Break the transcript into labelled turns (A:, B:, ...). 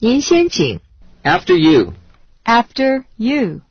A: 您先请。
B: After you.
A: After you.